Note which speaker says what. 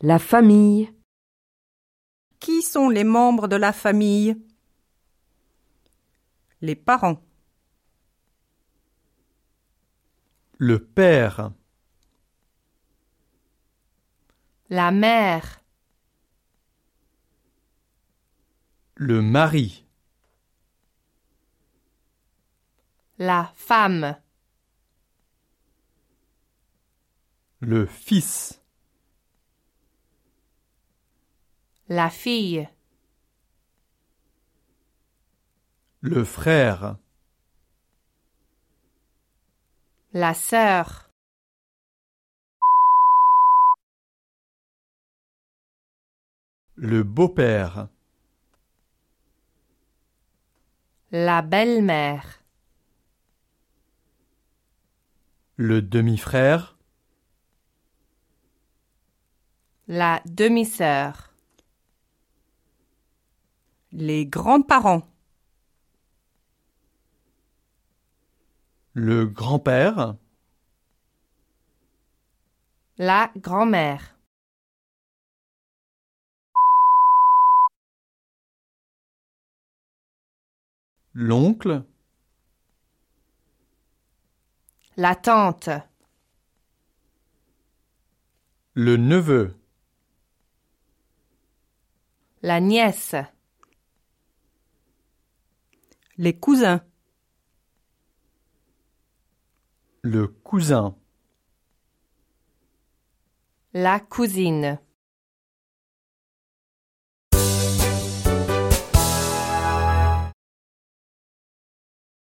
Speaker 1: La famille.
Speaker 2: Qui sont les membres de la famille Les parents,
Speaker 3: le père,
Speaker 4: la mère,
Speaker 3: le mari,
Speaker 4: la femme,
Speaker 3: le fils,
Speaker 4: la fille,
Speaker 3: le frère,
Speaker 4: la sœur.
Speaker 3: le beau-père,
Speaker 4: La belle-mère,
Speaker 3: le demi-frère,
Speaker 4: la demi-sœur,
Speaker 2: les grands-parents,
Speaker 3: le grand-père,
Speaker 4: la grand-mère,
Speaker 3: l'oncle,
Speaker 4: la tante,
Speaker 3: le neveu,
Speaker 4: la nièce,
Speaker 2: les cousins,
Speaker 3: le cousin.
Speaker 4: la cousine.